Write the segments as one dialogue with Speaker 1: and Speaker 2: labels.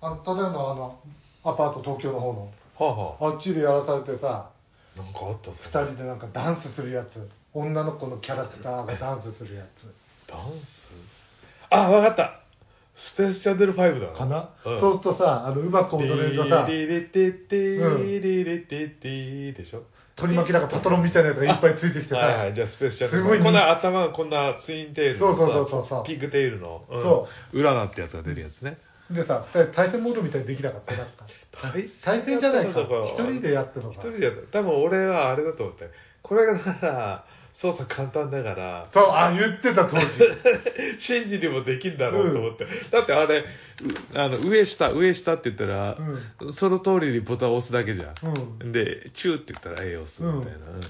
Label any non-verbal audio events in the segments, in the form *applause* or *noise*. Speaker 1: あただのあのアパート東京の方の
Speaker 2: はあ、は
Speaker 1: あっちでやらされてさ
Speaker 2: あ、なんかあった
Speaker 1: 2
Speaker 2: それ
Speaker 1: 人でなんかダンスするやつ女の子のキャラクターがダンスするやつ
Speaker 2: ダンスあわかったスペースチャンネル5だ
Speaker 1: かな、
Speaker 2: うん、
Speaker 1: そうするとさあのうまく踊れるとさ
Speaker 2: リリリテテ
Speaker 1: うん
Speaker 2: リリテテでしょ
Speaker 1: 取り巻きなんかパトロンみたいなやつがいっぱいついてきて
Speaker 2: はいは
Speaker 1: さ
Speaker 2: いじゃあスペースチャン
Speaker 1: すご
Speaker 2: ネ
Speaker 1: い
Speaker 2: ルこんな頭がこんなツインテールのさ
Speaker 1: そうそうそうそう
Speaker 2: ピッグテールの、うん
Speaker 1: そ
Speaker 2: 裏だってやつが出るやつね
Speaker 1: でさ2人対戦モードみたいにできなかったなんか
Speaker 2: 対
Speaker 1: 対戦じゃないか
Speaker 2: だら
Speaker 1: 一人でやっての
Speaker 2: 一
Speaker 1: か
Speaker 2: 人でやった多分俺はあれだと思ってこれがなら操作簡単だから
Speaker 1: そうあ言ってた当
Speaker 2: *laughs*
Speaker 1: 時
Speaker 2: シンジにもできんだろうと思って、だってあれうあの上下上下って言ったら、その通りにボタンを押すだけじゃ
Speaker 1: うんうん
Speaker 2: んでチューって言ったら A を押すみたいな、うん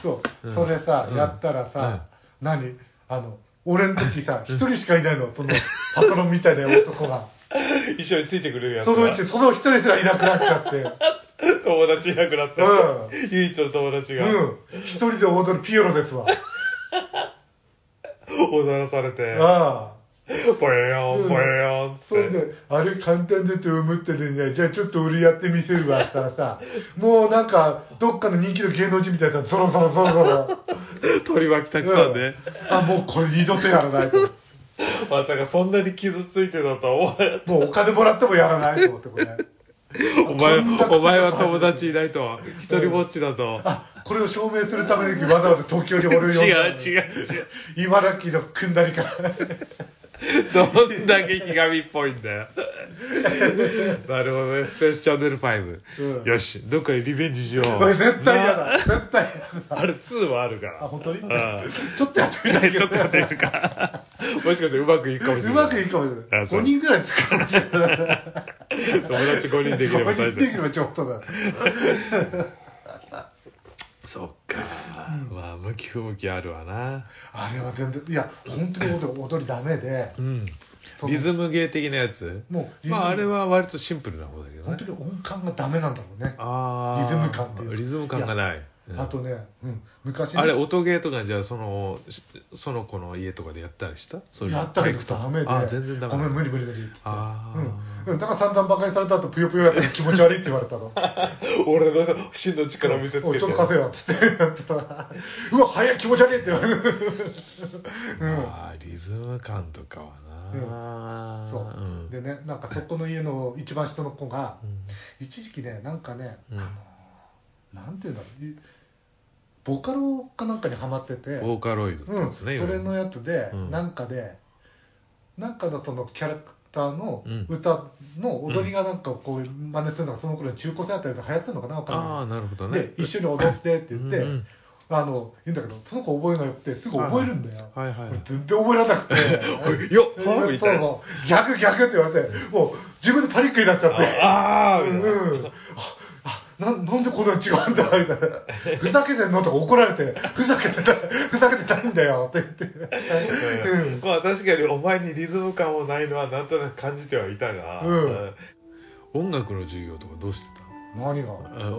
Speaker 1: そう、
Speaker 2: うん
Speaker 1: それさ、やったらさ、何あの俺の時さ一人しかいないのそのパトロンみたいな男が
Speaker 2: 一緒についてくれるやつ
Speaker 1: そ
Speaker 2: が
Speaker 1: のうちその一人すらいなくなっちゃってう
Speaker 2: 友達いなくなった、
Speaker 1: うん
Speaker 2: 唯一の友達が、
Speaker 1: ん一人で踊るピエロですわ
Speaker 2: おざらされて
Speaker 1: ああ
Speaker 2: ぽよよ
Speaker 1: うん
Speaker 2: んぽよよんっ
Speaker 1: そ
Speaker 2: つっ
Speaker 1: ん
Speaker 2: て、
Speaker 1: で、あれ簡単だと思ってるね。じゃあちょっと俺やってみせるわ、って言ったらさ、もうなんか、どっかの人気の芸能人みたいな、ゾロゾロゾロゾロ。
Speaker 2: 取り巻きたくさんで、
Speaker 1: うんあ、もうこれ二度とやらないと。
Speaker 2: まさかそんなに傷ついてたとは思わなかっ
Speaker 1: もうお金もらってもやらないと思って、これ。
Speaker 2: たお前
Speaker 1: こんなこと
Speaker 2: お前は友達いないとは一人ぼっちだと、
Speaker 1: あ、これを証明するためにわざわざ東京に俺を呼んだの
Speaker 2: 違
Speaker 1: に
Speaker 2: う違う違う
Speaker 1: 茨城のくんだりから。
Speaker 2: どんだけひがみっぽいんだよなるほどねスペースチャンネル5、
Speaker 1: うん
Speaker 2: よしどっかにリベンジしよう
Speaker 1: これ *laughs* 絶対嫌
Speaker 2: な
Speaker 1: だ。絶対嫌だ。
Speaker 2: あれ2もあるから
Speaker 1: あ、本当に
Speaker 2: う
Speaker 1: *laughs*
Speaker 2: ん
Speaker 1: ちょっとやってみたいけ
Speaker 2: ち
Speaker 1: ど
Speaker 2: ょっとやってみるか。もしかしてうまくいくかもし
Speaker 1: う
Speaker 2: れない。
Speaker 1: まくいくかもしれない。
Speaker 2: あそう
Speaker 1: 5人ぐらい使うかもしれない。
Speaker 2: 友達5人できれば
Speaker 1: 5
Speaker 2: 大
Speaker 1: 人
Speaker 2: 丈
Speaker 1: で
Speaker 2: 夫
Speaker 1: き。ればちょっとだ。
Speaker 2: そっか。まあ、向き不向きあるわな。
Speaker 1: あれは全然いや本当に踊り踊りダメで
Speaker 2: うん。
Speaker 1: そう
Speaker 2: リズムゲー的なやつ
Speaker 1: もうリズム
Speaker 2: まあ、あれは割とシンプルな方だけど
Speaker 1: 本
Speaker 2: ね
Speaker 1: 当。に音感がダメなんだろうねあ
Speaker 2: ああ。
Speaker 1: リズム感っていう
Speaker 2: リズム感がない。うん
Speaker 1: とね、うん、昔ね
Speaker 2: あれ、音ゲーとか、じゃあ、その、しその子の家とかでやったりしたそういうの
Speaker 1: やったけ
Speaker 2: 体
Speaker 1: ど
Speaker 2: 育と
Speaker 1: ダメで
Speaker 2: あ、全然ダメ
Speaker 1: ごめん無理無理無理って言って
Speaker 2: あ
Speaker 1: うんうん、だから散々バカにされた後ぷよぷよやったら気持ち悪いって言われたの
Speaker 2: 俺の真の力を見せつ
Speaker 1: お
Speaker 2: け
Speaker 1: い
Speaker 2: て
Speaker 1: ちょっと貸せよっつって *laughs* やったらうわ早い気持ち悪いって言わ *laughs* れる
Speaker 2: まあリズム感とかはな
Speaker 1: そう、
Speaker 2: ん
Speaker 1: でねなんかそこの家の一番下の子が
Speaker 2: うん
Speaker 1: 一時期ねなんかね、
Speaker 2: うん
Speaker 1: あのなんていうんだろういボカロかなんかにはまってて
Speaker 2: ボーカロイドって
Speaker 1: う
Speaker 2: や
Speaker 1: ん、
Speaker 2: つ
Speaker 1: そ
Speaker 2: ね、
Speaker 1: れの
Speaker 2: いわ
Speaker 1: やつで、
Speaker 2: うん
Speaker 1: なんかでなんかのそのキャラクターの
Speaker 2: うん
Speaker 1: 歌の踊りがなんかこう真似するのがその頃に中高生あたりで流行ってるのかなわ
Speaker 2: ゆるあ
Speaker 1: か
Speaker 2: あなるほど
Speaker 1: ん
Speaker 2: ね
Speaker 1: ないで一緒に踊ってって言って、
Speaker 2: うんうん
Speaker 1: あの言うんだけどその子覚えがよくてすぐ覚えるんだよ、
Speaker 2: はいはい
Speaker 1: 俺全然覚えられなくて
Speaker 2: おい *laughs* よっ
Speaker 1: そう
Speaker 2: み
Speaker 1: そ
Speaker 2: た
Speaker 1: う
Speaker 2: いな
Speaker 1: そう逆逆って言われてもう自分でパニックになっちゃって
Speaker 2: ああ
Speaker 1: う
Speaker 2: み
Speaker 1: ん
Speaker 2: たいな
Speaker 1: うん、ああななんでこんなに違うんだみた
Speaker 2: *laughs*
Speaker 1: いなふざけてんのとか怒られてふざけてたふざけてないんだよって言って
Speaker 2: *laughs* うんまあ確かにお前にリズム感もないのはなんとなく感じてはいたが、
Speaker 1: うん
Speaker 2: うん音楽の授業とかどうして
Speaker 1: 何が
Speaker 2: た *laughs* うん音楽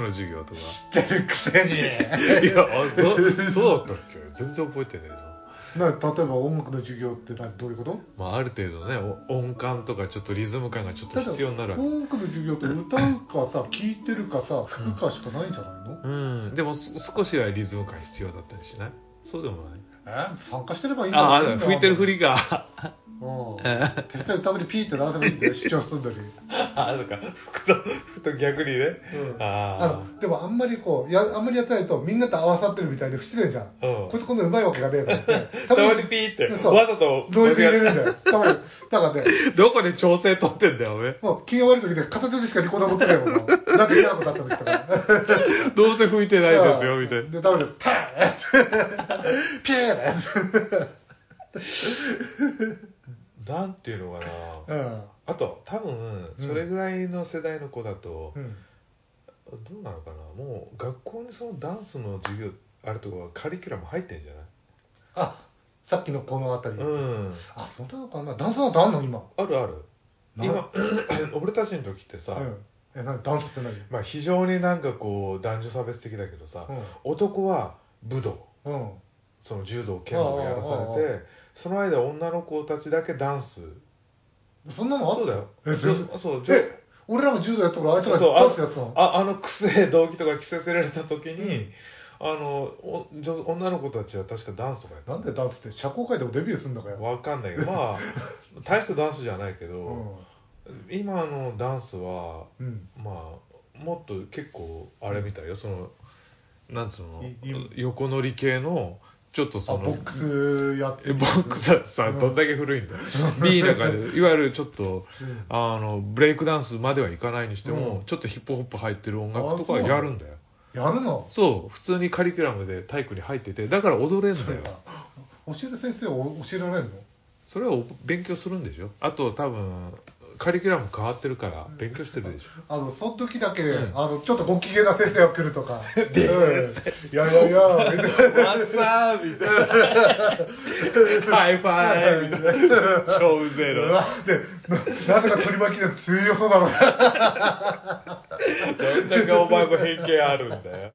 Speaker 2: の授業とか
Speaker 1: 知ってるくせに
Speaker 2: い
Speaker 1: *laughs*
Speaker 2: やあどどうだったっけ全然覚えてねえ
Speaker 1: な
Speaker 2: な
Speaker 1: 例えば音楽の授業って何どういうこと
Speaker 2: まあある程度ねお音感とかちょっとリズム感がちょっと必要になるわけ
Speaker 1: 音楽の授業って歌うかさ聴いてるかさ吹くかしかないんじゃないの、
Speaker 2: うんでもそ少しはリズム感必要だったりしないそうでもない
Speaker 1: え参加してればいいんだ
Speaker 2: ああ吹いてる振
Speaker 1: り
Speaker 2: りが
Speaker 1: うん適当にたまにピーって鳴らせばいいんだよ主張するのに
Speaker 2: *laughs* あそうか吹くと吹くと逆にね、
Speaker 1: うんあ
Speaker 2: あ
Speaker 1: のでもあんまりこうやあんまりやってないとみんなと合わさってるみたいで不自然じゃん、
Speaker 2: あうん
Speaker 1: こいつこんなうまいわけがねえなって
Speaker 2: *laughs* たまにピーって
Speaker 1: そう
Speaker 2: わざと
Speaker 1: ノイズ入れるんだよたまにだからね
Speaker 2: どこで調整取ってんだよおめえ
Speaker 1: もう気が悪い時で片手でしかリコーダー持ってないもんななんで嫌なことあった時とか
Speaker 2: *laughs* どうせ吹いてないですよみたいな
Speaker 1: で、ダメで、パーン *laughs* ピーン
Speaker 2: なんていうのかな
Speaker 1: うん。
Speaker 2: あと多分それぐらいの世代の子だと
Speaker 1: う、ん。
Speaker 2: どうなのかなもう学校にそのダンスの授業あるとかカリキュラム入ってんじゃない
Speaker 1: あ、さっきのこの辺り。
Speaker 2: うん
Speaker 1: あ、そうなのかなダンスなんてあんの今。
Speaker 2: あるある
Speaker 1: ない
Speaker 2: 今 *clears throat* 俺たちの時ってさ、
Speaker 1: うん。え、なにダンスって何
Speaker 2: まあ、非常になんかこう男女差別的だけどさ、男は武道
Speaker 1: うん。うん。
Speaker 2: その柔道剣道をやらされてその間女の子たちだけダンス
Speaker 1: そんなのあ
Speaker 2: そうだよ
Speaker 1: え全然
Speaker 2: そうそう
Speaker 1: え俺らが柔道やったからあいつら
Speaker 2: そう
Speaker 1: ダンスやってた
Speaker 2: あ
Speaker 1: の
Speaker 2: ああの癖動機とか着せられた時に、あのお女女の子たちは確かダンスとかやっ
Speaker 1: なんでダンスって社交界でもデビューすんのか
Speaker 2: た
Speaker 1: よ、
Speaker 2: わかんないけどまあ大したダンスじゃないけ
Speaker 1: う
Speaker 2: ど、
Speaker 1: ん
Speaker 2: 今のダンスは
Speaker 1: うん、
Speaker 2: まあもっと結構あれみたいよ、そのなんつうの
Speaker 1: いい
Speaker 2: 横乗り系のちょっと
Speaker 1: あ
Speaker 2: そ
Speaker 1: ボ
Speaker 2: の
Speaker 1: ックスやって
Speaker 2: えボックスはさ、どんだけ古いんだ B な感じでいわゆるちょっと
Speaker 1: うん
Speaker 2: あのブレイクダンスまではいかないにしても、
Speaker 1: うん
Speaker 2: ちょっとヒップホップ入ってる音楽とか
Speaker 1: あそ
Speaker 2: は
Speaker 1: うなの
Speaker 2: やるんだよ
Speaker 1: やるの
Speaker 2: そう普通にカリキュラムで体育に入っててだから踊れんだよ
Speaker 1: 教える先生を教えられるの
Speaker 2: それを勉強するんでしょあと多分カリキュラム変わってるから勉強してるでしょ
Speaker 1: あのその時だけ、
Speaker 2: うん
Speaker 1: あのちょっとご機嫌な先生が来るとか「うん、
Speaker 2: *laughs* で
Speaker 1: いやいやいや」みた
Speaker 2: *laughs*
Speaker 1: いな
Speaker 2: わっさーみたいな *laughs* ハイファイブみたいな超ゼ *laughs*
Speaker 1: う
Speaker 2: ロ
Speaker 1: わ *laughs* でななぜか取り巻きが強そうだな
Speaker 2: どんだけお前も偏見あるんだよ